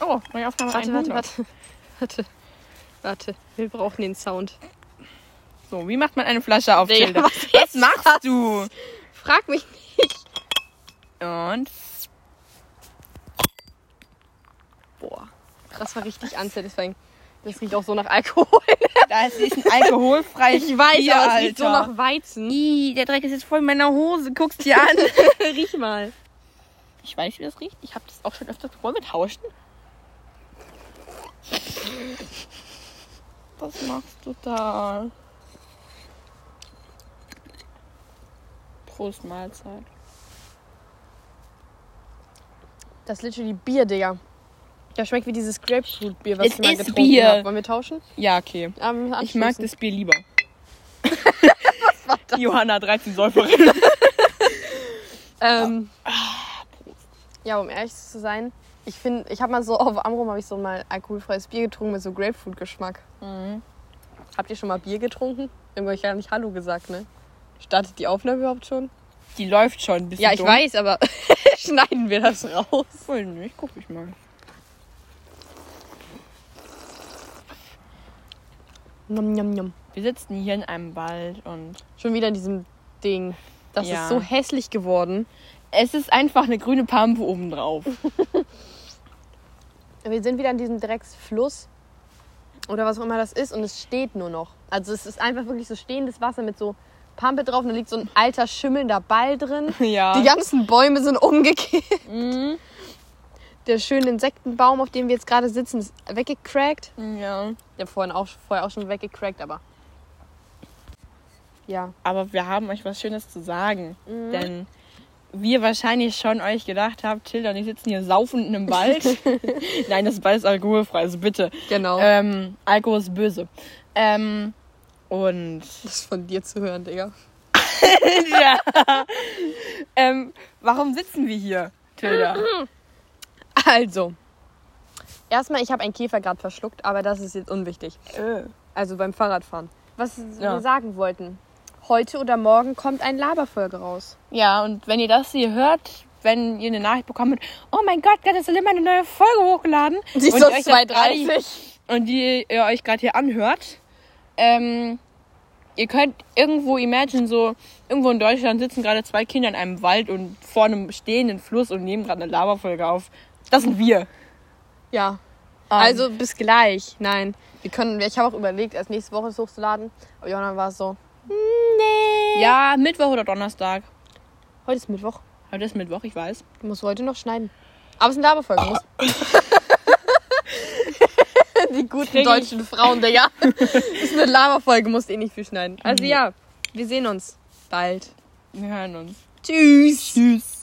Oh, neue Aufnahme Warte, 100. warte, warte. Warte. Warte. Wir brauchen den Sound. So, wie macht man eine Flasche auf, Digga, Tilda? was Was jetzt? machst du? Frag mich nicht. Und Boah. Das war richtig unsatisfying. Das riecht auch so nach Alkohol. das ist ein alkoholfreies Ich weiß, Bier, aber es riecht so Alter. nach Weizen. Ih, der Dreck ist jetzt voll in meiner Hose. Guckst dir an. Riech mal. Ich weiß, wie das riecht. Ich habe das auch schon öfters. Wollen wir tauschen? Was machst du da? Prost, Mahlzeit. Das ist literally Bier, Digga. Das schmeckt wie dieses Grapefruit-Bier, was Es ich mal ist getrunken Bier. habe. Wollen wir tauschen? Ja, okay. Ah, wir müssen Ich mag anstoßen. das Bier lieber. Was war das? Johanna 13 Säuferin. Ähm, ja, um ehrlich zu sein, ich finde, ich habe mal so auf Amrum habe ich so mal alkoholfreies Bier getrunken mit so Grapefruit-Geschmack. Habt ihr schon mal Bier getrunken? Wir haben euch ja nicht Hallo gesagt, ne? Startet die Aufnahme überhaupt schon? Die läuft schon ein bisschen. Ja, ich dumm. weiß, aber schneiden wir das raus. Voll nicht, guck ich mal. Nom, nom, nom. Wir sitzen hier in einem Wald und Schon wieder in diesem Ding. Das Ja. ist so hässlich geworden. es ist einfach eine grüne Pampe oben drauf. Wir sind wieder in diesem Drecksfluss oder was auch immer das ist und es steht nur noch. Also es ist einfach wirklich so stehendes Wasser mit so Pampe drauf und da liegt so ein alter schimmelnder Ball drin. Ja. Die ganzen Bäume sind umgekehrt. Mhm. Der schöne Insektenbaum, auf dem wir jetzt gerade sitzen, ist weggecrackt. Ja. Der vorhin auch, vorher auch schon weggecrackt, aber ja. Aber wir haben euch was Schönes zu sagen. Denn wir wahrscheinlich schon euch gedacht habt, Tilda und ich sitzen hier saufend in einem Wald. Nein, das Wald ist alkoholfrei, also bitte. Genau. Ähm, Alkohol ist böse. Ähm, und Das ist von dir zu hören, Digga. ja. ähm, warum sitzen wir hier, Tilda? Also. Erstmal, ich habe einen Käfer gerade verschluckt, aber das ist jetzt unwichtig. Äh. Also beim Fahrradfahren. Was Ja. wir sagen wollten. Heute oder morgen kommt eine Laberfolge raus. Ja, und wenn ihr das hier hört, wenn ihr eine Nachricht bekommt, oh mein Gott, kann jetzt immer eine neue Folge hochladen. Die und ist ihr so euch das gerade- 2,30. Und die ihr euch gerade hier anhört. Ähm, ihr könnt irgendwo imagine, so irgendwo in Deutschland sitzen gerade zwei Kinder in einem Wald und vor einem stehenden Fluss und nehmen gerade eine Laberfolge auf. Das sind wir. Ja. Ähm, Also bis gleich. Nein. Wir können, ich habe auch überlegt, erst nächste Woche es hochzuladen. Aber Johanna war so. Nee. Ja, Mittwoch oder Donnerstag. Heute ist Mittwoch. Heute ist Mittwoch, ich weiß. Du musst heute noch schneiden. Aber es ist eine Laberfolge. muss- Die guten Krieg ich. deutschen Frauen, Digga. ist eine Laberfolge, musst eh nicht viel schneiden. Also ja, wir sehen uns bald. Wir hören uns. Tschüss. Tschüss.